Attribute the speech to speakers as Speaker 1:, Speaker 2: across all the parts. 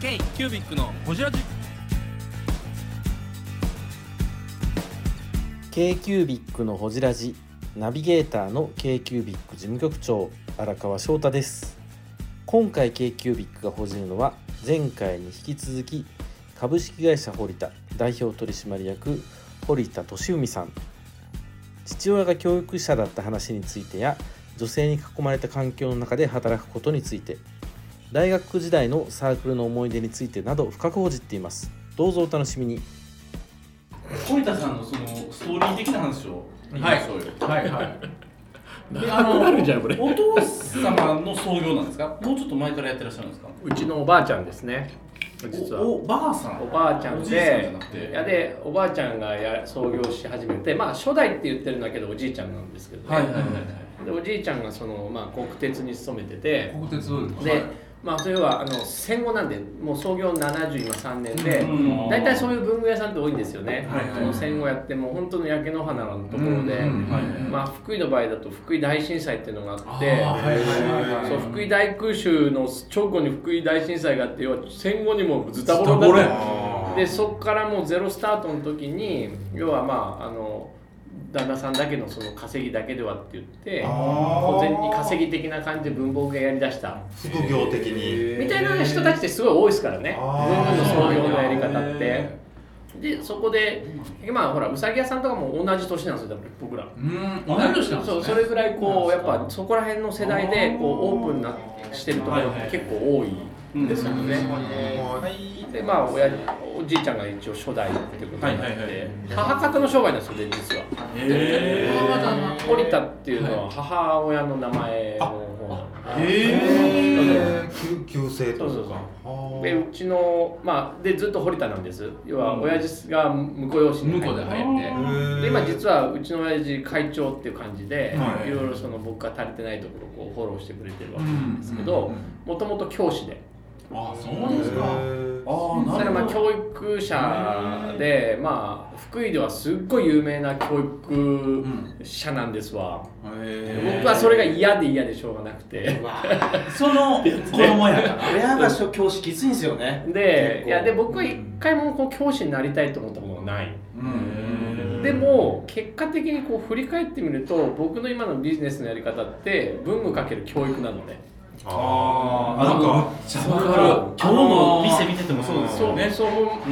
Speaker 1: K キュービックのホジラジ
Speaker 2: k q u b i c のほじラジナビゲーターの k q u b i c 事務局長荒川翔太です今回 k q u b i c が報じるのは前回に引き続き株式会社堀田代表取締役堀田俊文さん父親が教育者だった話についてや女性に囲まれた環境の中で働くことについて大学時代のサークルの思い出についてなど深く報じっていますどうぞお楽しみに
Speaker 1: 堀田さんのそのストーリー的な話を
Speaker 3: はい
Speaker 1: そうよ
Speaker 3: はいはい。
Speaker 1: で
Speaker 3: 長くなるんじゃないこれ
Speaker 1: お父様の創業なんですかもうちょっと前からやってらっしゃるんですか
Speaker 3: うちのおばあちゃんですね。実は。
Speaker 1: おおばあさん
Speaker 3: おばあちゃん
Speaker 1: おじいさんじゃ
Speaker 3: で
Speaker 1: なくて
Speaker 3: いやでおばあちゃんがや創業し始めてまあ初代って言ってるんだけどおじいちゃんなんですけどね、
Speaker 1: はいはいはいはい
Speaker 3: でおじいちゃんがその、まあ、国鉄に勤めてて
Speaker 4: 国鉄
Speaker 3: で、
Speaker 1: はい
Speaker 3: まあそれはあの戦後なんでもう創業70今3年で、
Speaker 1: うん
Speaker 3: 大体そういう文具屋さんって多いんですよね、
Speaker 1: はいはい
Speaker 3: その戦後やってもう本当の焼け野花のところで、
Speaker 4: うん
Speaker 1: はい
Speaker 3: まあ、福井の場合だと福井大震災っていうのがあって
Speaker 4: あーはいはいはいはい
Speaker 3: そう福井大空襲の直後に福井大震災があって要は戦後にもうズタボロになってでそこからもうゼロスタートの時に要はまああの旦那さんだけのその稼ぎだけではって言って小銭に稼ぎ的な感じで文房具屋やりだした
Speaker 5: 副業的に
Speaker 3: みたいな人たちってすごい多いですからね
Speaker 5: あー
Speaker 3: 文具の創業のやり方って。でそこでまあほらうさぎ屋さんとかも同じ年なんですよだから僕ら。
Speaker 4: うん
Speaker 1: 同い年なんです
Speaker 3: そ
Speaker 1: ね
Speaker 3: うそれぐらいこうやっ
Speaker 1: あ
Speaker 3: ぱ
Speaker 1: ー
Speaker 3: そこら辺の世代でこうオープンなしてるところって結構多いんですよね。でまあ親おじいちゃんが一応初代っていうことにな
Speaker 1: は
Speaker 3: って、
Speaker 1: いはいはい
Speaker 3: 母方の商売なんですよね実は。
Speaker 1: へー
Speaker 3: 堀田っていうのは母親の名前の方
Speaker 5: えー、旧旧姓
Speaker 3: そ
Speaker 5: と
Speaker 3: うそうそう。
Speaker 5: は
Speaker 3: でうちのまあでずっと堀田なんです。要は親父が婿養子に入って
Speaker 4: 向こうで入って
Speaker 5: あー
Speaker 3: で今実はうちの親父会長っていう感じで、
Speaker 4: はい
Speaker 3: い、ろいろその僕が足りてないところをこうフォローしてくれてるわ
Speaker 4: う
Speaker 3: けなんですけどもともと教師で
Speaker 4: あそう
Speaker 5: へ
Speaker 4: ですか
Speaker 5: ー
Speaker 1: あ
Speaker 3: そ
Speaker 1: あな
Speaker 3: れは
Speaker 1: る
Speaker 3: まあ
Speaker 1: ほど
Speaker 3: 教育者でまあ福井ではすっごい有名な教育者なんですわ、僕はそれが嫌で嫌でしょうがな くて
Speaker 4: その子供やから
Speaker 6: 親が初教師きついんですよね
Speaker 3: でいやで僕は一回もこう教師になりたいと思ったことがない
Speaker 4: うん
Speaker 3: でも結果的にこう振り返ってみると僕の今のビジネスのやり方って文具かける教育なのね
Speaker 1: あー
Speaker 4: なんか
Speaker 1: めっちゃ
Speaker 3: わかる
Speaker 1: 今日の店見ててもそうです
Speaker 3: そ
Speaker 1: よ
Speaker 3: う
Speaker 1: ね
Speaker 3: ね、そう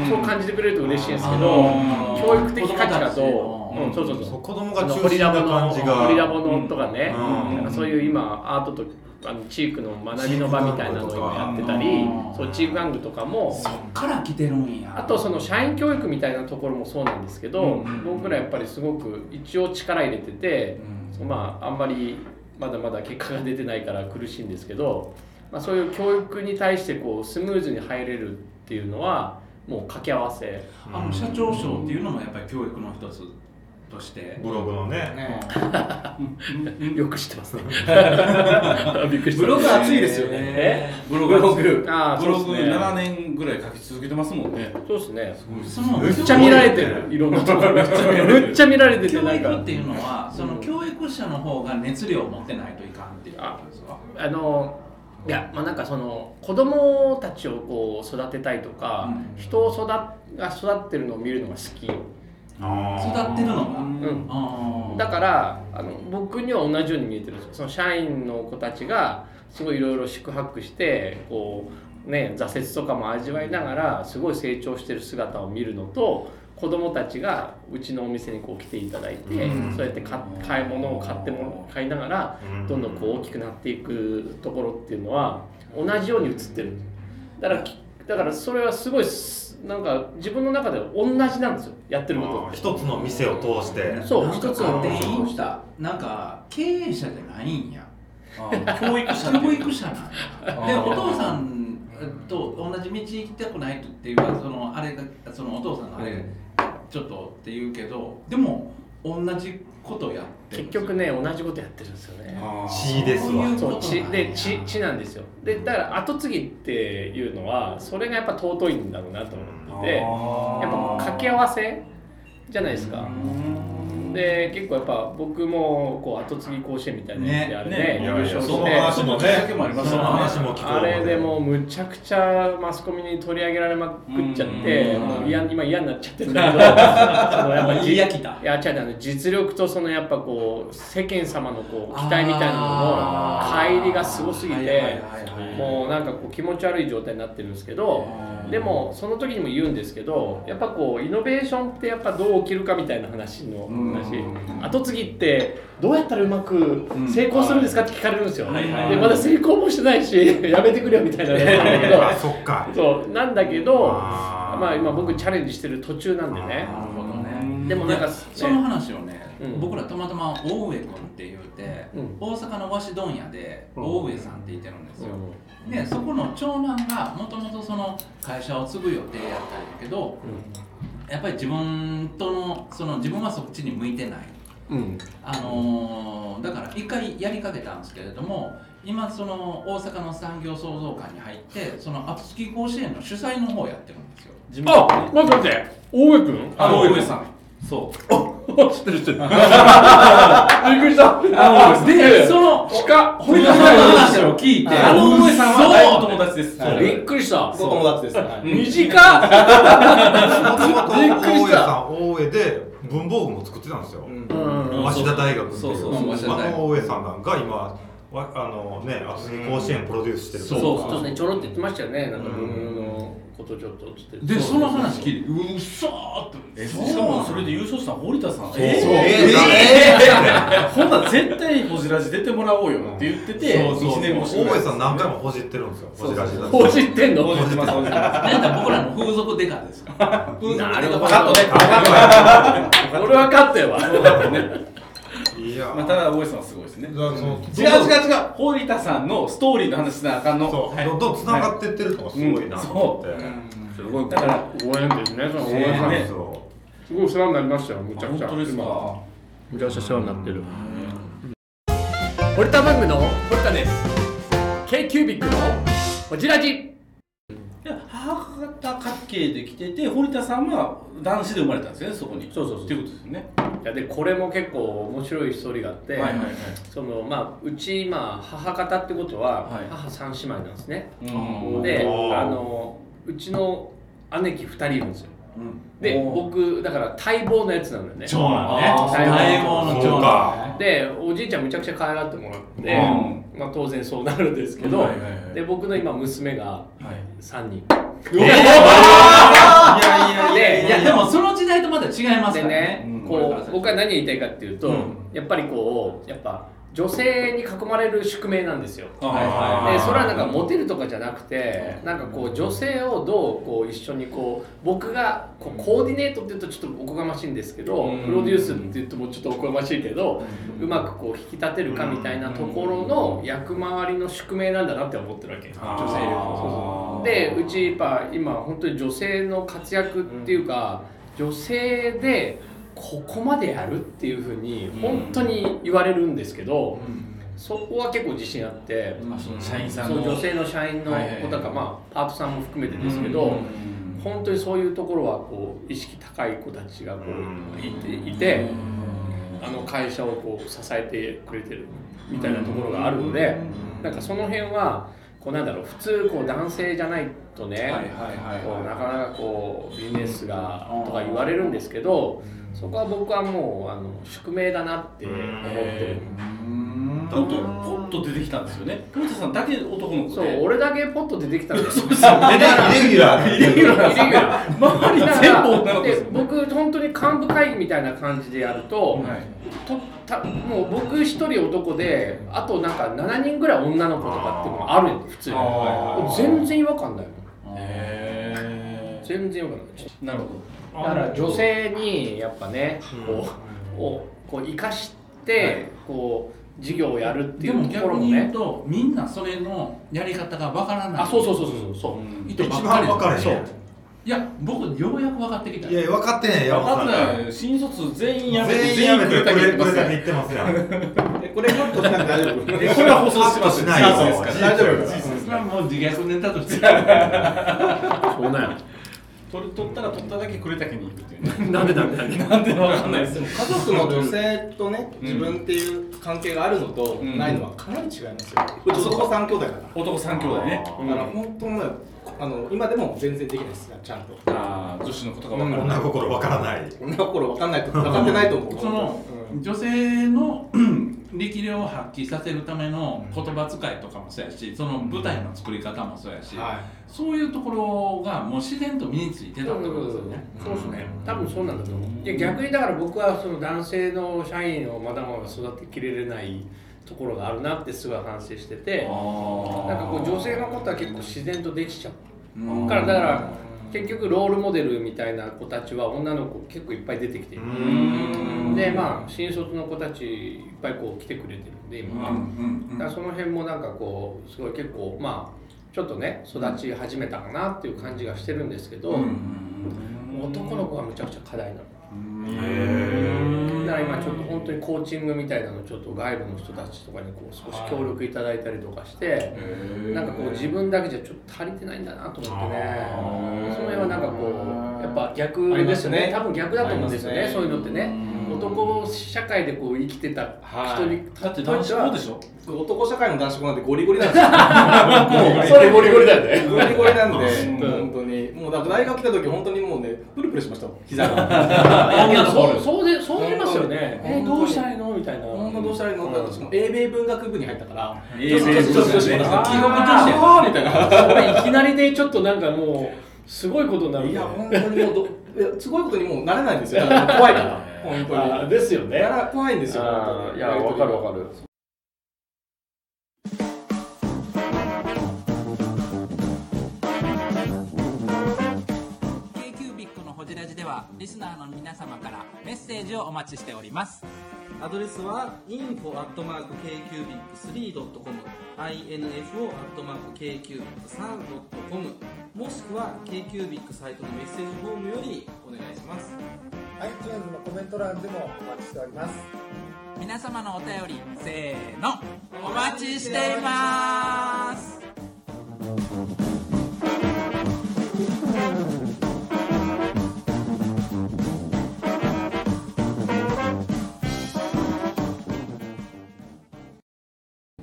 Speaker 3: そう感じてくれると嬉しいんですけど、
Speaker 4: あのー
Speaker 3: 教育的価値だと、
Speaker 4: 子
Speaker 3: うん、そうそう
Speaker 5: そ
Speaker 3: そうう。
Speaker 5: 子供
Speaker 3: あ
Speaker 5: が
Speaker 3: の
Speaker 5: 中心な感じが
Speaker 3: ホリラボのとかね、
Speaker 5: うん
Speaker 3: なんかそういう今アートとあのチークの学びの場みたいなのを今やってたり
Speaker 4: うん、
Speaker 3: そうチーク玩具とかも。
Speaker 4: そっから来てるんや
Speaker 3: あとその社員教育みたいなところもそうなんですけど、僕らやっぱりすごく一応力入れてて、まああんまりまだまだ結果が出てないから苦しいんですけど、まあ、そういう教育に対してこうスムーズに入れるっていうのはもう掛け合わせ
Speaker 4: あの社長賞っていうのもやっぱり教育の一つとして
Speaker 5: ブログのね
Speaker 6: ね
Speaker 3: よく知ってますね びっくりした
Speaker 6: ブログ熱いですよね
Speaker 3: え
Speaker 1: ブログ
Speaker 6: ブログ
Speaker 3: ああ
Speaker 1: ブ
Speaker 3: そう
Speaker 1: ロ
Speaker 3: です
Speaker 1: グ
Speaker 3: ね
Speaker 1: 7年ぐらい書き続けてますもんね
Speaker 3: そうですね
Speaker 4: その
Speaker 3: めっちゃ見られてるいろんなところめっちゃ見られてて
Speaker 4: 教
Speaker 3: なん
Speaker 4: 育
Speaker 3: か
Speaker 4: っていうのはその教育者の方が熱量を持ってないといかんっていうことですか
Speaker 3: あのいやまあなんかその子供たちをこう育てたいとか、
Speaker 4: うん
Speaker 3: 人を育っが育ってるのを見るのが好き、
Speaker 4: 育ってるのが
Speaker 3: うん、
Speaker 4: あー
Speaker 3: だからあの僕には同じように見えてるんですよその社員の子たちがすごいいろいろ宿泊してこうね挫折とかも味わいながらすごい成長してる姿を見るのと子供たちがうちのお店にこう来ていただいて、
Speaker 5: うん
Speaker 3: そうやって買買い物を買っても買いながらどんどんこう大きくなっていくところっていうのは同じように映ってるだからきだからそれはすごいすなんか自分の中では同じなんですよやってること
Speaker 5: あー一つの店を通して
Speaker 3: そう
Speaker 4: なんか
Speaker 3: 一つの
Speaker 4: 店員だなんか経営者じゃないんや
Speaker 6: 教育者
Speaker 4: 教育者なんやで
Speaker 6: あー
Speaker 4: お父さんと同じ道行きたくないっていうかそのあれがそのお父さんのあれちょっとって言うけどでも同じことやってる
Speaker 3: 結局ね同じことやってるんですよね
Speaker 5: 血ですわ
Speaker 4: そう
Speaker 3: そう血で血血なんですよでだから後継ぎっていうのはそれがやっぱ尊いんだろうなと思っててやっぱ掛け合わせじゃないですか
Speaker 1: うん
Speaker 3: で結構やっぱ僕もこう後継ぎ甲子園みたいなやつであれね
Speaker 4: ね
Speaker 5: い
Speaker 3: 優
Speaker 5: やい
Speaker 3: 勝
Speaker 5: や
Speaker 3: して
Speaker 5: その話もね
Speaker 4: その話もあります
Speaker 5: その話も聞こう
Speaker 3: あれでもうむちゃくちゃマスコミに取り上げられまくっちゃって
Speaker 4: うん
Speaker 3: もう嫌今嫌になっちゃってるんだけどそのやっぱ
Speaker 4: 言い
Speaker 3: じ
Speaker 4: 飽きた
Speaker 3: いや違う違う実力とそのやっぱこう世間様のこう期待みたいなのの
Speaker 4: あー
Speaker 3: 乖離がすごすぎ
Speaker 4: はいはい
Speaker 3: て
Speaker 4: はいはい
Speaker 3: もうなんかこう気持ち悪い状態になってるんですけど
Speaker 4: うん
Speaker 3: でもその時にも言うんですけどやっぱこうイノベーションってやっぱどう起きるかみたいな話の
Speaker 4: うん
Speaker 3: 話後継ぎってどうやったらうまく
Speaker 4: ん
Speaker 3: 成功するんですかって聞かれるんですよ。
Speaker 4: はいはい
Speaker 3: でまだ成功もしてないしやめてくれよみたいなのなんだけど
Speaker 5: あそっ か
Speaker 3: そうなんだけど
Speaker 5: あー
Speaker 3: まあ今僕チャレンジしてる途中なんでね
Speaker 4: なるほどね
Speaker 3: でもなんか
Speaker 4: いや
Speaker 3: ね
Speaker 4: その話をね、
Speaker 3: うん
Speaker 4: 僕らたまたま大上君って言うて、
Speaker 3: うん
Speaker 4: 大阪の和紙問屋で大上さんって言ってるんですよ、
Speaker 3: う
Speaker 4: でそこの長男がもともとその会社を継ぐ予定やったんやけどやっぱり自分とのその自分はそっちに向いてない
Speaker 3: んうん
Speaker 4: あのーだから一回やりかけたんですけれども今その大阪の産業創造館に入ってそのアプスキー甲子園の主催の方をやってるんですよ
Speaker 3: あ待って待って大江君
Speaker 4: あ大上さんそう
Speaker 3: 知ってる知ってる びっくりした
Speaker 4: で、
Speaker 3: で
Speaker 4: その、
Speaker 3: 近
Speaker 4: 堀田さんの話を聞いて、
Speaker 7: あ
Speaker 4: 大上さんは大友
Speaker 7: 友達です。
Speaker 5: そう
Speaker 3: びっくりした
Speaker 7: お友達です。はい
Speaker 3: 短っ
Speaker 5: もともと
Speaker 3: びっくり
Speaker 5: 大
Speaker 3: し
Speaker 5: 江
Speaker 3: た
Speaker 5: さん大江で文房具も作ってたんですよ、
Speaker 7: う
Speaker 3: う
Speaker 7: ん
Speaker 3: ん
Speaker 5: 早稲田大学ってい
Speaker 7: そうそう
Speaker 4: そうそう
Speaker 5: あの大江さんなんか今わあのね厚木甲子園プロデュースしてる
Speaker 4: そう
Speaker 3: ちょっとねちょろって言ってましたよねなんか文具のことちょっとつって
Speaker 4: で、その話聞いて、うっそーって。
Speaker 8: えしかもそれで優勝したの堀田さん
Speaker 5: え
Speaker 8: え
Speaker 5: そう
Speaker 7: ほんなら絶対ホジラジ出てもらおうよって言ってて、
Speaker 5: そうそう
Speaker 7: 1年もして
Speaker 5: 大江さん何回もほじってるんですよほじらしだ
Speaker 3: ほじってんの
Speaker 7: ホジます、ホジます。
Speaker 4: なんだ僕らの風俗デカですか。
Speaker 3: なるほど
Speaker 7: カットね、カット
Speaker 3: 俺は勝ったよわ
Speaker 5: いや
Speaker 7: まあ、ただ大江さんはすごいですね。
Speaker 5: だからその
Speaker 7: 違う違う違う、堀田さんのストーリーの話しなあかんの。
Speaker 5: そう、
Speaker 7: はい
Speaker 5: どどう繋がってってるのがすごいなと思って、
Speaker 3: すごい
Speaker 7: だから
Speaker 3: ご縁ですねその
Speaker 5: そ
Speaker 3: 大
Speaker 5: う
Speaker 3: 江
Speaker 5: な
Speaker 3: さ
Speaker 5: ん
Speaker 3: ん
Speaker 5: ですよ
Speaker 3: すごいお世話になりましたよむちゃくちゃ
Speaker 7: 本当ですか。
Speaker 3: むちゃくちゃ世話になってる
Speaker 9: 堀田文具の堀田です k キュービックのこちらじ
Speaker 7: いや母方家系で来てて、堀田さんは男子で生まれたんですよね、そこに。
Speaker 3: そうそうそう
Speaker 7: っていうことですよね。
Speaker 3: いやでこれも結構面白いストーリーがあって、
Speaker 7: はいはいはい
Speaker 3: そのまあ、うち、まあ、母方ってことは、
Speaker 7: はい
Speaker 3: 母三姉妹なんですね
Speaker 7: うん
Speaker 3: で
Speaker 5: おー
Speaker 3: あのうちの姉貴2人いるんですよで
Speaker 7: おー
Speaker 3: 僕だから待望のやつなんだよね
Speaker 5: 長男ね
Speaker 3: あー
Speaker 4: 大門の
Speaker 5: そう
Speaker 4: 長
Speaker 5: か
Speaker 4: 男。
Speaker 3: でおじいちゃんむちゃくちゃ可愛がってもらって、
Speaker 7: う
Speaker 3: まあ、当然そうなるんですけど、
Speaker 7: はいはいはい
Speaker 3: で僕の今娘が
Speaker 7: はい
Speaker 3: 3人
Speaker 4: いやいやいやいや、でもその時代とまた違います
Speaker 3: で
Speaker 4: から
Speaker 3: ね
Speaker 4: ね。、
Speaker 3: こう僕は何が言いたいかっていうと、
Speaker 7: うん
Speaker 3: やっぱりこうやっぱ女性に囲まれる宿命なんですよ
Speaker 7: はいはいはい
Speaker 3: でそれはなんかモテるとかじゃなくてなんかこう女性をどうこう一緒にこう僕がこうコーディネートっていうとちょっとおこがましいんですけど
Speaker 7: うん
Speaker 3: プロデュースって言ってもちょっとおこがましいけどうまくこう引き立てるかみたいなところの役回りの宿命なんだなって思ってるわけ
Speaker 7: あー
Speaker 3: 女性力そうそうそうでうちやっぱ今本当に女性の活躍っていうか女性でここまでやるっていうふうに本当に言われるんですけどそこは結構自信あって。
Speaker 7: まあその社員さん
Speaker 3: そ
Speaker 7: の
Speaker 3: う女性の社員の
Speaker 7: はいはい
Speaker 3: 子とか、まあ、パートさんも含めてですけ
Speaker 7: うんうん
Speaker 3: ど
Speaker 7: うん、
Speaker 3: 本当にそういうところはこう意識高い子たちがこういていてあの会社をこう支えてくれてるみたいなところがあるのでなんかその辺はこうなんだろう普通こう男性じゃないと
Speaker 7: はいはい
Speaker 3: ね
Speaker 7: はい
Speaker 3: こうな
Speaker 7: は
Speaker 3: かなかこうビジネスがとか言われるんですけどそこは僕はもうあの宿命だなって思ってる。
Speaker 7: いちょっとポッと出てきたんですよね久保田さんだけ男の子で
Speaker 3: そう俺だけポッと出てきたんです よ
Speaker 5: イレギュラーイレギュラー
Speaker 7: 周り全部女の子です
Speaker 3: で僕本当に幹部会議みたいな感じでやると,、
Speaker 7: はい
Speaker 3: とたもう僕一人男であとなんか7人ぐらい女の子とかっていうのがあるん普通に
Speaker 7: あー
Speaker 3: 全然違和感ないもん
Speaker 7: へ
Speaker 3: 全然違和感ない
Speaker 7: ーなるほ
Speaker 3: だから女性にやっぱねこうをこう生かして、こう事業をやるって
Speaker 4: で
Speaker 3: いう
Speaker 4: も
Speaker 3: とこ
Speaker 4: 逆
Speaker 3: ろも
Speaker 4: に言う
Speaker 3: ね
Speaker 4: と、みんなそれのやり方がわからない。
Speaker 3: あそうそうそうそうそう
Speaker 4: 糸
Speaker 7: ど
Speaker 4: ば
Speaker 5: 一
Speaker 4: っか
Speaker 5: 番
Speaker 4: りで
Speaker 5: 分かれへん
Speaker 4: いや、僕ようやく分かってきた。
Speaker 5: いや分かってねえよ
Speaker 7: 分かんない新卒全員辞めて
Speaker 5: 全員やめて
Speaker 7: くれた
Speaker 5: こ
Speaker 7: け
Speaker 5: れ
Speaker 7: ど
Speaker 5: これだけ言ってますやん
Speaker 7: これカットしなくて大 丈夫これは放送します
Speaker 5: カットしないよ
Speaker 7: 事実ですから大丈夫です
Speaker 4: それはもう自虐ネタとして。
Speaker 3: そうなんや
Speaker 4: 取る取ったら取っただけくれたけに行くっていうね
Speaker 3: なんでなんでなんで
Speaker 4: なんでわかんないです
Speaker 10: でも家族の女性とね、自分っていう関係があるのと
Speaker 4: ん
Speaker 10: ないのはかなり違いますよ、男3兄弟だから、
Speaker 4: 男三兄弟ね
Speaker 10: だから本当もうあの今でも全然できないですちゃんと
Speaker 4: ああ女子のことが分からない
Speaker 5: 女心わからない。
Speaker 10: 女心分かんないと分かってないと 思う
Speaker 7: その
Speaker 10: うん
Speaker 7: 女性の うん力量を発揮させるための言葉遣いとかもそうやしその舞台の作り方もそうやし、
Speaker 10: はい
Speaker 7: そういうところがもう自然と身についてたってことですよね。
Speaker 3: そうですね多分そうなんだと思うで逆にだから僕はその男性の社員をまだまだ育てきれないところがあるなってすごい反省しててなんかこう女性のことは結構自然とできちゃうからだから結局ロールモデルみたいな子たちは女の子結構いっぱい出てきてるでまあ新卒の子たちいっぱいこう来てくれてるんで今はだからその辺もなんかこうすごい結構まあちょっとね育ち始めたかなっていう感じがしてるんですけど、男の子がむちゃくちゃ課題なの。だから今ちょっと本当にコーチングみたいなのをちょっと外部の人たちとかにこう少し協力いただいたりとかしてなんかこう自分だけじゃちょっと足りてないんだなと思ってねその辺はなんかこうやっぱ逆ですよ
Speaker 10: あ
Speaker 3: ね
Speaker 10: りますね
Speaker 3: 多分逆だと思うんですよね
Speaker 10: あり
Speaker 3: そ
Speaker 10: ます
Speaker 3: う
Speaker 10: ね
Speaker 3: いうのってね男社会でこう生きてた人に
Speaker 4: だって男子校でしょ
Speaker 10: 男社会の男子校なんてゴリゴリなんですよ
Speaker 3: それゴリゴリだよね
Speaker 10: ゴリゴリなんで、
Speaker 4: うん
Speaker 10: 本当にもうだから大学来た時本当にもうねプルプルしましたもん膝が
Speaker 3: い
Speaker 10: 女
Speaker 3: や
Speaker 10: の
Speaker 3: そう
Speaker 10: 子
Speaker 3: そうでそうなりますよね。
Speaker 10: 本当に
Speaker 3: えどうしたらいいのみたいな。
Speaker 10: 本当どうしたらいいの、
Speaker 3: うん
Speaker 10: 私も英米文学部に入ったから
Speaker 4: 英米文学部
Speaker 10: ちょっと女子も出
Speaker 3: あー
Speaker 10: して基本女子であーみたいな
Speaker 3: それいきなりでちょっとなんかもうすごいことになる
Speaker 10: い
Speaker 3: ね。
Speaker 10: や、本当にもうど、いやすごいことにもうならないんですよ。だから怖いから、本
Speaker 3: あ
Speaker 10: 当
Speaker 3: ー
Speaker 10: に。
Speaker 3: ですよね。
Speaker 10: やら怖いんですよ。本
Speaker 3: あ
Speaker 10: 当
Speaker 3: ー
Speaker 10: に
Speaker 3: いやわかるわかる。
Speaker 11: K-Cubic のホジラジではリスナーの皆様からメッセージをお待ちしております
Speaker 12: アドレスは info.kcubic3.com info.kcubic3.com もしくは KQBIC サイトのメッセージフォームよりお願いします
Speaker 13: iTunes のコメント欄でもお待ちしております
Speaker 11: 皆様のお便りせーのお待ちしています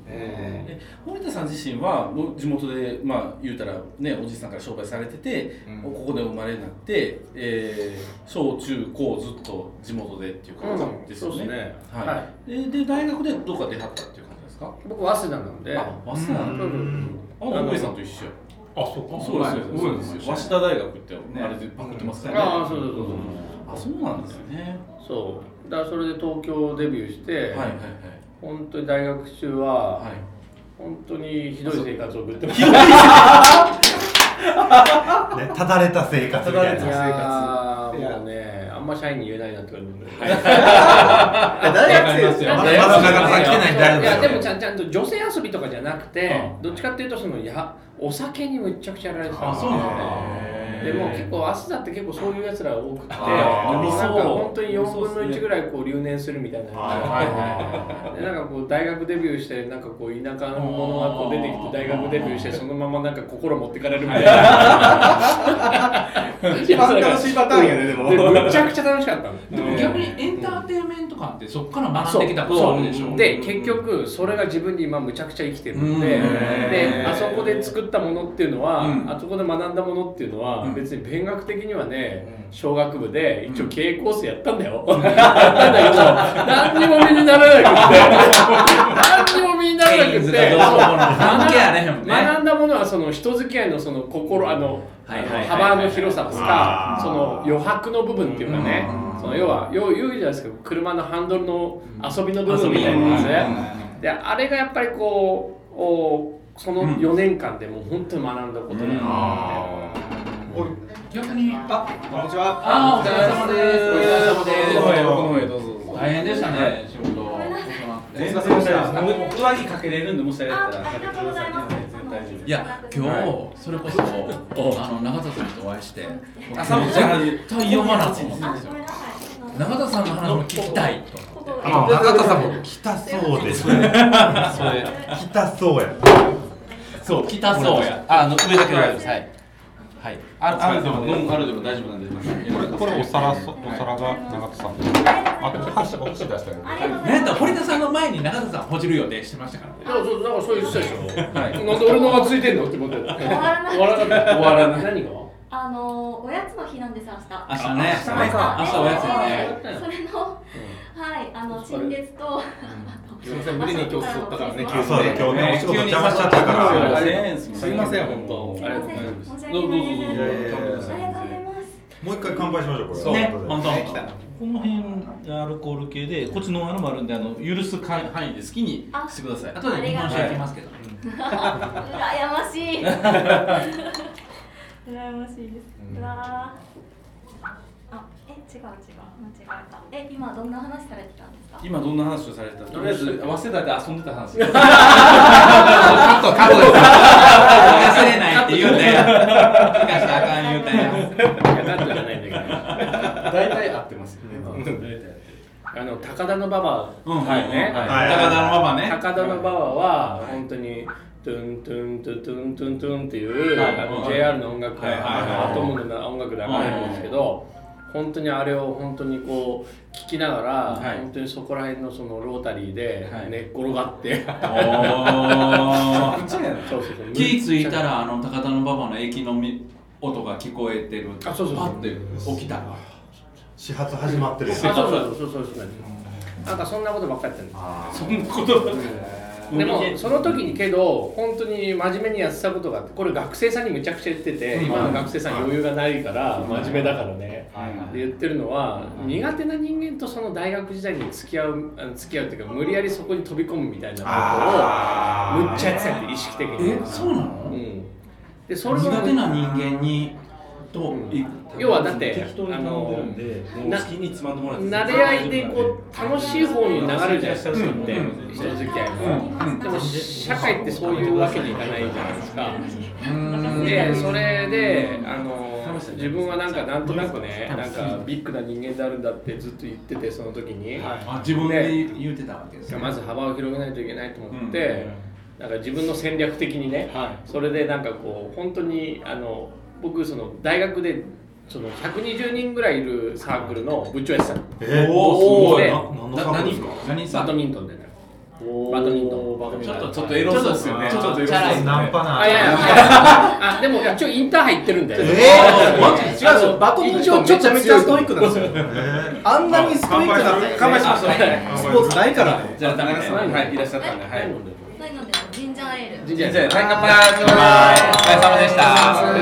Speaker 4: え堀田さん自身はもう地元でまあ言うたらねおじいさんから商売されてて、ここで生まれになって、えー小中高ずっと地元でっていう感じですよね。
Speaker 3: うんそうですね
Speaker 4: はい。
Speaker 3: は
Speaker 4: でで大学でどっか出はったっていう感じですか。
Speaker 3: 僕早稲田なんで。
Speaker 4: あ、早稲田。あ
Speaker 3: そうそうそう
Speaker 4: の奥井さんと一緒や。
Speaker 5: あ、そうか
Speaker 4: そうですよ。そうですよ。早稲田大学ってあれでパクってますからね。
Speaker 3: ああそうそうそう
Speaker 4: あ、そうなんですよね。
Speaker 3: そう。そう。だからそれで東京デビューして、
Speaker 4: はいはいはい。
Speaker 3: 本当に大学中は、
Speaker 4: はい。
Speaker 3: 本当にひどい生活を送ってまし
Speaker 5: ね、ただれた生活みたい
Speaker 3: た。い
Speaker 5: な。
Speaker 3: やーもうねあんま社員に言えないなって言われてる。
Speaker 10: 大学生ですよ。
Speaker 5: まだまだなかなか来てないんで大
Speaker 3: いや
Speaker 5: 丈夫
Speaker 3: で
Speaker 5: で
Speaker 3: もち
Speaker 5: すよ。
Speaker 3: ゃんちゃんと女性遊びとかじゃなくて、どっちかっていうとそのいやお酒にむっちゃくちゃやられてたんですよねでもう結構足だって結構そういうやつら多くてなん
Speaker 4: あー
Speaker 3: か本当に
Speaker 4: 飲みそう
Speaker 3: 4分の1ぐらいこう留年するみたいな
Speaker 5: はい
Speaker 3: でなんかこう大学デビューしてなんかこう田舎のものがこう出てきて大学デビューしてそのままなんか心持ってかれるみたいな
Speaker 10: 一番楽しいパターンやね、でも。
Speaker 3: でむちゃくちゃ楽しかったの
Speaker 7: でも逆にエンターテインメント感ってそこから
Speaker 3: あ
Speaker 7: 学ん
Speaker 3: そう
Speaker 7: できたことあるでし
Speaker 3: そ
Speaker 7: ょ
Speaker 3: うで結局それが自分に今むちゃくちゃ生きてるんでであそこで作ったものっていうのは、あそこで学んだものっていうのは、別に勉学的にはね小学部で一応経営コースやったんだよ、やったんだけど何にも身にならなく て何にも身にならなくて
Speaker 7: 関係あれへんもんね。
Speaker 3: 学んだものはその人付き合いのその心あの
Speaker 7: はいはいはいはい
Speaker 3: 幅の広さとか
Speaker 5: あー
Speaker 3: その余白の部分っていうかねその要はよう言うじゃないですか車のハンドルの遊びの部分みたいなやつねであれがやっぱりこうおその4年間でもう本当に学んだことだな
Speaker 7: 逆に
Speaker 10: あ、こんにちは。
Speaker 7: ああお疲れ様です。お疲れ様です。
Speaker 4: この上どうぞ。
Speaker 7: 大変でしたね仕事。
Speaker 10: お疲れ様でした。
Speaker 4: あの上着かけれるんでもしあれやったらかけてくださいね。絶対
Speaker 7: いや今日それ こそあの永田さんとお会いして朝も
Speaker 4: じゃあ
Speaker 7: 絶対読まなと思ったんですよ。永田さんの話も聞きたいと思って。
Speaker 5: あ、中田さんも来たそうです。それ 来たそうや。
Speaker 7: そう来たそうや。あの上だけです。はい。
Speaker 4: はい
Speaker 14: あ
Speaker 4: あ
Speaker 14: る
Speaker 4: る
Speaker 14: で
Speaker 4: で
Speaker 14: も
Speaker 4: も、
Speaker 14: ね
Speaker 4: うんあるでも大丈夫なんで
Speaker 14: これこれお皿そお皿が長田さんです。あと箸お箸出したよね。
Speaker 7: なんと堀田さんの前に中田さんほじる予定してましたから
Speaker 3: だからそうだからそう言ってたでしょ、
Speaker 7: はい
Speaker 3: なんで俺のがついてんのって思って終
Speaker 15: わらない
Speaker 3: 終わらない
Speaker 7: 終わらない
Speaker 3: 何が
Speaker 15: あのーおやつの日なんです明日
Speaker 7: 明日ね
Speaker 15: 明日
Speaker 7: 明日おやつよね
Speaker 15: でそれの、はいあの陳列と、
Speaker 10: すみません無理に今日吸ったからね
Speaker 5: そうそう今日ねお仕事邪魔しちゃったから
Speaker 10: すみません本当
Speaker 5: ありがとうございますどうぞどうぞどうぞいやいやいやもう一回乾杯しましょうこれ
Speaker 14: ね
Speaker 5: 本当
Speaker 14: 本この辺アルコール系でこっちノンアルもあるんであの許す範囲で好きにしてください。
Speaker 15: あ後で日本酒行きますけど
Speaker 14: はい
Speaker 15: 羨ましい羨ましいです、うわーあえ違う違う間違えたえ今どんな話されてたんですか
Speaker 4: 今どんな話をされてたとりあえず早稲田で遊んでた話カ
Speaker 15: ットカットです
Speaker 7: 忘れないって言うんだよ聞かしたらあかん言うたんや
Speaker 3: いやカットじゃないんだけど 大体合ってますよね大体合ってるあの高田の馬場
Speaker 7: うん
Speaker 3: はいね
Speaker 7: はい高田馬場ね
Speaker 3: 高田馬場は本当にトゥントゥントゥトゥントゥントゥンっていう
Speaker 7: はい
Speaker 3: あの
Speaker 7: はい
Speaker 3: JR の音楽
Speaker 7: はいはい
Speaker 3: が
Speaker 7: はい
Speaker 3: アトムの音楽で流れるんですけど本当にあれを本当にこう聞きながら本当にそこら辺のそのロータリーで寝っ転がって
Speaker 7: お
Speaker 3: そうそうそう
Speaker 7: 気付いたらあの高田馬場の駅のみ音が聞こえてるあそうそうパッて起きたら
Speaker 5: 始発始まってる
Speaker 3: あそうそうそうそうそうそうなんかそんなことばっかりやってるそんなことばっかりでもその時にけど本当に真面目にやってたことがあってこれ学生さんにむちゃくちゃ言ってて、
Speaker 4: うん
Speaker 3: 今の学生さん余裕がないから
Speaker 4: はい
Speaker 3: 真面目だからね、で言ってるのは、苦手な人間とその大学時代に付き合うあの付き合うっていうか無理やりそこに飛び込むみたいなことをむっちゃやってたって意識的に
Speaker 7: えそうなの、
Speaker 3: うん、でそれ
Speaker 7: 苦
Speaker 3: は
Speaker 7: 手な人間にと、
Speaker 3: 要はだって
Speaker 7: 適当に
Speaker 3: あ
Speaker 7: 頼
Speaker 3: の
Speaker 7: んで
Speaker 4: もう好きにつまんでもらって
Speaker 3: なれ合いでこう楽しい方に流れるじゃないですか人って
Speaker 4: うん
Speaker 3: 人付き合いもでも社会ってそういうわけにいかないじゃないですかでそれであの自分はなんかなんとなくねなんかビッグな人間であるんだってずっと言っててその時に
Speaker 7: あ自分で言うてたわけですね
Speaker 3: まず幅を広げないといけないと思って、なんか自分の戦略的にね、それでなんかこう本当にあの僕その大学でその120人ぐらいいるサークルの部長やってたの
Speaker 7: えーおーすごい
Speaker 3: で
Speaker 7: な何のサークルですか
Speaker 3: な
Speaker 7: 何サー
Speaker 3: バ
Speaker 7: ク
Speaker 3: ド
Speaker 7: ル
Speaker 3: ミントンでねバドミントン
Speaker 7: ちょっとちょっとエロそうっすよねちょっとちょっとエロそうっすねチャラいっすねナンパな
Speaker 3: あいやいやいやあでもいやちょインターハイ行ってるんで
Speaker 10: えーマジ違うんですよバドミントン
Speaker 3: 一応ょっと強い
Speaker 10: めちゃめちゃストイックなんですよあんなにストイックな
Speaker 4: 乾杯しましょう
Speaker 10: スポーツないからね
Speaker 4: じゃあ田中さんはいいらっしゃったんではい
Speaker 15: 何飲んでるのジンジャーエール
Speaker 4: ジンジャーエールはい乾
Speaker 16: お疲れ様で
Speaker 15: した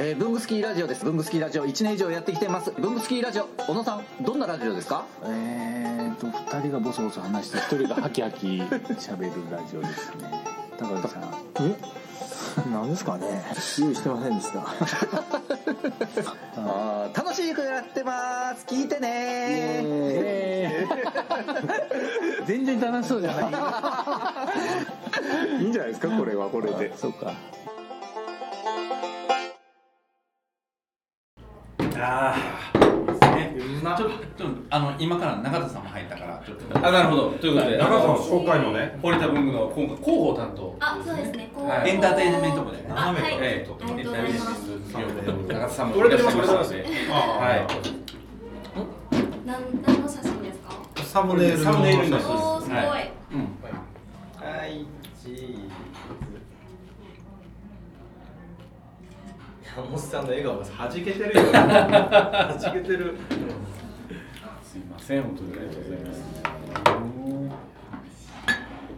Speaker 16: えー、ブングスキーラジオです。ブングスキーラジオ一年以上やってきてます。ブングスキーラジオ、小野さん、どんなラジオですか？えーと二人がボソボソ話して一人がハキハキ喋るラジオですね。高橋さん。え？なんですかね。用意してませんでした。あー楽しい曲やってます。聞いてね 全然楽しそうじゃ ない。いいんじゃないですか。これはこれで。そうか。
Speaker 7: ああ、ね、ちょっとあの今から中田さんも入ったからちょっと
Speaker 4: あなるほどということで
Speaker 7: 中田さん
Speaker 4: あ
Speaker 7: 紹介のね
Speaker 4: 堀田文具の今回広報担当
Speaker 15: あそうですねこう、
Speaker 4: はい
Speaker 7: エンターテインメント部でね
Speaker 15: あはい、
Speaker 4: ええ
Speaker 15: ありがとうございます
Speaker 4: 中田さんも
Speaker 7: 俺
Speaker 4: いら
Speaker 7: 出
Speaker 4: っ
Speaker 7: て
Speaker 4: しゃ
Speaker 7: ま
Speaker 4: い
Speaker 7: す
Speaker 4: ましたの
Speaker 7: 俺
Speaker 4: で
Speaker 7: 出てます
Speaker 4: はい
Speaker 15: なん何の写真ですか
Speaker 5: サムネイルの
Speaker 4: サムネイルになり
Speaker 15: お
Speaker 4: ま
Speaker 15: ー
Speaker 4: す
Speaker 15: すごい、
Speaker 4: は
Speaker 10: はいチーズいやモスさんの笑顔がはじけてるよはじけてる
Speaker 4: すいません本当にありがとうございます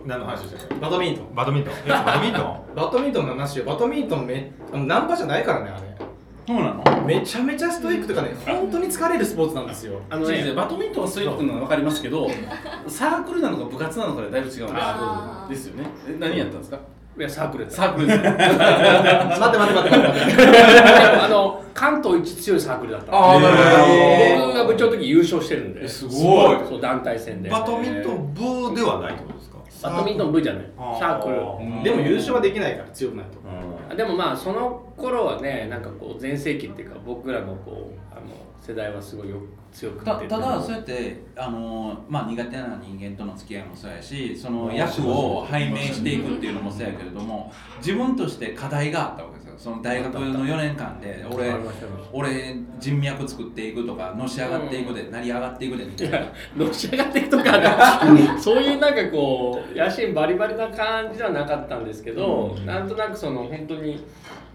Speaker 5: 何の話してた
Speaker 10: バドミントン
Speaker 5: バドミントンえバドミントン
Speaker 10: バドミントンの話よバドミントンめあのナンパじゃないからねあれ
Speaker 7: そうなの
Speaker 10: めちゃめちゃストイックとかね本当に疲れるスポーツなんですよ
Speaker 4: あのね、バドミントンはスイートなのは分かりますけど、サークルなのか部活なのかでだいぶ違うん
Speaker 10: あ
Speaker 4: ですですよね。え何やったんですか
Speaker 3: いやサークルです
Speaker 4: サークルです
Speaker 3: 待って
Speaker 4: 待って待って待って
Speaker 3: あの関東一強いサークルだった
Speaker 4: あーなるほど
Speaker 3: えー僕が部長の時優勝してるんです
Speaker 5: すごい
Speaker 3: そう団体戦で
Speaker 5: バドミントン部ではないってことですか
Speaker 3: バドミントン部じゃないサークル
Speaker 10: でも優勝はできないから強くないと
Speaker 3: でもまあその頃はねなんかこう全盛期っていうか僕らのこうあの世代はすごいよ強くて
Speaker 7: たただそうやってあの、まあ、苦手な人間との付き合いもそうやしその
Speaker 3: うん
Speaker 7: 役を拝命していくっていうのもそうやけれども自分として課題があったわけですよその大学の4年間で俺
Speaker 3: ありましたありまし
Speaker 7: 俺人脈作っていくとかのし上がっていくで、成り上がっていくでみたいな。
Speaker 3: のし上がっていくとかね そういうなんかこう野心バリバリな感じではなかったんですけど、なんとなくその本当に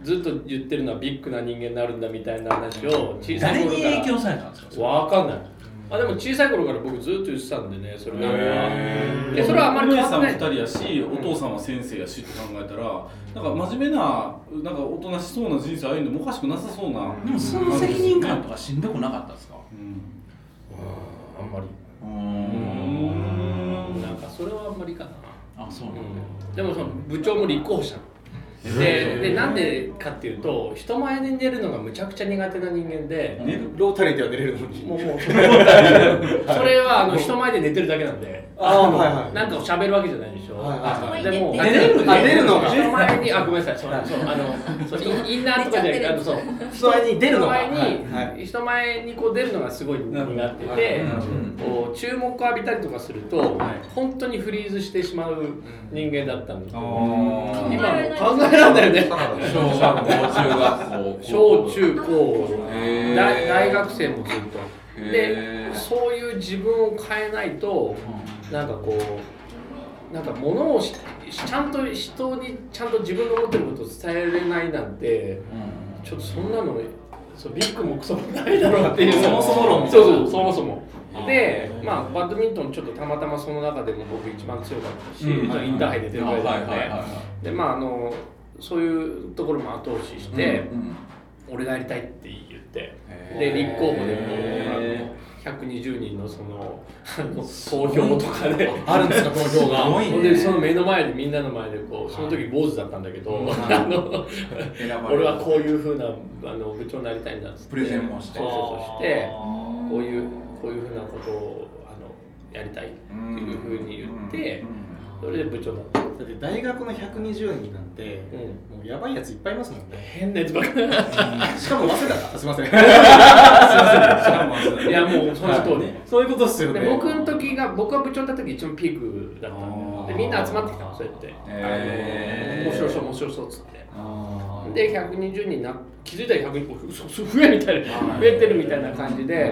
Speaker 3: ずっと言ってるのはビッグな人間になるんだみたいな話を小さい頃から
Speaker 7: 誰に影響されたんですか
Speaker 3: わかんないあでも小さい頃から僕ずっと言ってたんでねそれな
Speaker 4: へ
Speaker 3: んか
Speaker 4: ー
Speaker 3: でそれはあんま
Speaker 4: お
Speaker 3: り変
Speaker 4: 姉
Speaker 3: わ
Speaker 4: さ
Speaker 3: っ
Speaker 4: ん
Speaker 3: て
Speaker 4: も
Speaker 3: な
Speaker 4: 2
Speaker 3: い
Speaker 4: 人やし、お父さんは先生やしって考えたらなんか真面目ななんかおとなしそうな人生歩んでもおかしくなさそうな
Speaker 7: でもその責任感とかしんどくなかったですか、
Speaker 3: あんまり
Speaker 7: うん
Speaker 3: なんかそれはあんまりかな
Speaker 7: あそうなんだ、
Speaker 3: でもその部長も立候補したのででなんでかっていうと人前で寝るのがむちゃくちゃ苦手な人間でロータリーでは寝れるのにもうもうそれそれはあの人前で寝てるだけなんで
Speaker 10: あー
Speaker 3: の
Speaker 10: はいはい
Speaker 3: なんか喋るわけじゃないでしょ、
Speaker 10: はいはい
Speaker 3: でも
Speaker 10: あ寝れる
Speaker 3: あ寝るの
Speaker 10: 寝れる
Speaker 3: 人
Speaker 10: の
Speaker 3: 前にあごめんなさいそうそうあ のそうインインナーとかじゃなくてあのそう
Speaker 10: 人前に出るのが
Speaker 3: 人前に、人前にこう出るのがすごい苦手
Speaker 10: はい
Speaker 3: で、
Speaker 10: なるほ
Speaker 3: こう注目を浴びたりとかすると、本当にフリーズしてしまう人間だったんですよ、
Speaker 7: うん
Speaker 3: 今
Speaker 7: あ
Speaker 3: も
Speaker 7: ー
Speaker 3: 考えられないよね
Speaker 7: 小学校中学校
Speaker 3: 小中高
Speaker 7: へー
Speaker 3: 大大学生もずっと
Speaker 7: へ
Speaker 3: でそういう自分を変えないと、なんかこうなんか物をしちゃんと人にちゃんと自分の思ってることを伝えれないなんて、ちょっとそんなのそうビッグもクソもないだろうっていう
Speaker 7: そもそも論
Speaker 3: そうそうそもそもでまあバドミントンちょっとたまたまその中でも僕一番強かったし、
Speaker 7: うん
Speaker 3: まあインターハイ出てるぐらいだったん
Speaker 7: はいはいはいは
Speaker 3: ででまああのそういうところも後押しして、
Speaker 7: うんうん
Speaker 3: 俺がやりたいって言ってで
Speaker 7: へー
Speaker 3: 立候補でもうあの120人のそのあの投票とかで
Speaker 7: あるんですか投票が
Speaker 3: すごいね
Speaker 7: すごいね
Speaker 3: でその目の前でみんなの前でこうその時坊主だったんだけど、 あの
Speaker 7: ばれた
Speaker 3: 俺はこういうふうなあの部長になりたいんだっつって
Speaker 7: プレゼンもして
Speaker 3: そうそうそうしてこういうこういうふうなことをあのやりたいっていうふうに言って、それで部長になった。
Speaker 10: だって大学の120人なんて、もうやばいやついっぱいいますもんね
Speaker 3: 変なやつばっかり
Speaker 10: しかも早稲田かすいません
Speaker 3: すいません
Speaker 10: しかも早稲田
Speaker 3: いやもうその通り、
Speaker 10: はいそういうことっすよね
Speaker 3: で僕の時が僕が部長だった時一番ピークだったんででみんな集まってきたのそうやって、あの
Speaker 7: へー
Speaker 3: 面白そう面白そうっつってで120人な気づいたら120人嘘嘘増えみたいな増えてるみたいな感じでだ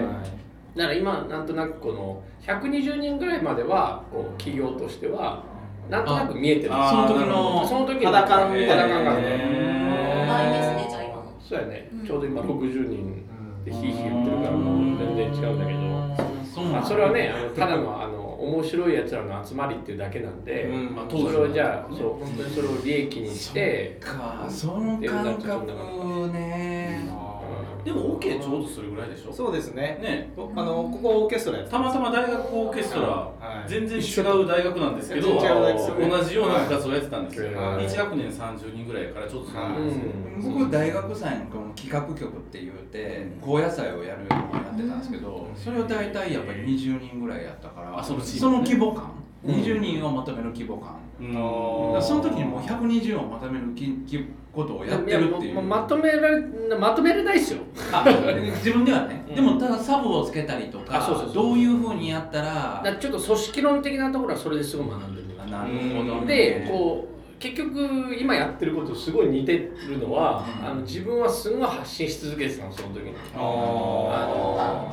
Speaker 3: から今なんとなくこの120人ぐらいまではこう企業としてはなんとなく見えてる
Speaker 7: あその時の
Speaker 3: その時の
Speaker 7: 肌感みたいな
Speaker 3: 肌感がある
Speaker 15: 倍ですねじゃあ今の
Speaker 3: そうやね、ちょうど今60人でヒーヒー言ってるからもう全然違うんだけど、
Speaker 7: うなんだ
Speaker 3: まあ、それはねあのただのあの面白いやつらの集まりっていうだけなんで、
Speaker 7: うんまあ当時
Speaker 3: そ
Speaker 7: は
Speaker 3: れをじゃあ、そう本当にそれを利益にして
Speaker 7: かその感覚ね
Speaker 4: でもオ、ケちょうどそれぐらいでしょ
Speaker 10: そうですね
Speaker 4: ね
Speaker 10: おあのここオーケストラやって
Speaker 4: たまたま大学オーケストラ、
Speaker 10: はい
Speaker 4: 全然違う大学なんですけど
Speaker 10: 全然違う大学ですよね
Speaker 4: 同じような部活をやってたんですよ、
Speaker 10: はい
Speaker 4: 1学年30人ぐらいからちょっとその
Speaker 7: 僕大学祭のこの企画局って言うて高野菜をやるようになってたんですけどそれを大体やっぱり20人ぐらいやったから
Speaker 4: あそのチーム
Speaker 7: の規模感
Speaker 4: うん
Speaker 7: 20人をまとめる規模感だか
Speaker 4: の
Speaker 7: らその時にもう120をまとめるききことをやってるってい
Speaker 3: やも
Speaker 7: う
Speaker 3: まとめられまとめれないっすよ
Speaker 7: あ自分ではね、でもただサブをつけたりと
Speaker 3: あ
Speaker 7: か
Speaker 3: そうそうそう
Speaker 7: どういうふうにやったら
Speaker 3: だからちょっと組織論的なところはそれですごい学んでる
Speaker 7: なるほどね
Speaker 3: でこう結局今やってることとすごい似てるのは、あの自分はすごい発信し続けてたのその時にあの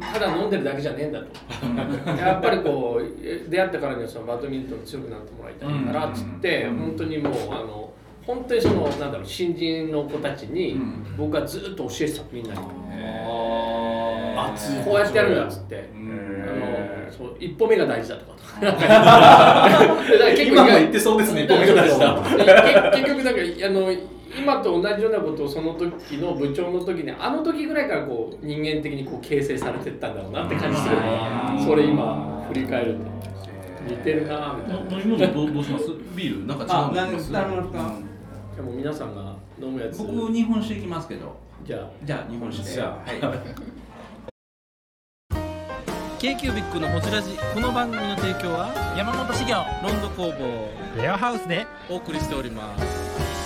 Speaker 3: ただ飲んでるだけじゃねえんだとやっぱりこう出会ったからにはそのバドミントン強くなってもらいたいからっつって、本当にもうあの本当にそのなんだろう新人の子たちに僕はずっと教えてたみんなに、
Speaker 4: 熱い
Speaker 3: こうやってやるんだっつって、あのそう一歩目が大事だとか
Speaker 10: 今も言ってそうですね一歩目が大事だ
Speaker 3: 結結局なんか あの今と同じようなことをその時の部長の時にあの時ぐらいからこう人間的にこう形成されてったんだろうなって感じするそれ今振り返ると似てるなみたいな
Speaker 4: 飲み物どうどうしますビールなんか違うのあります
Speaker 3: あなんかでも皆さんが飲むやつ
Speaker 7: 僕日本酒いきますけど
Speaker 3: じゃあ
Speaker 7: じゃあ日本酒で
Speaker 3: じゃあ
Speaker 7: はい
Speaker 12: k q b i c のホジラジこの番組の提供は山本資源ロンド工房レアハウスでお送りしております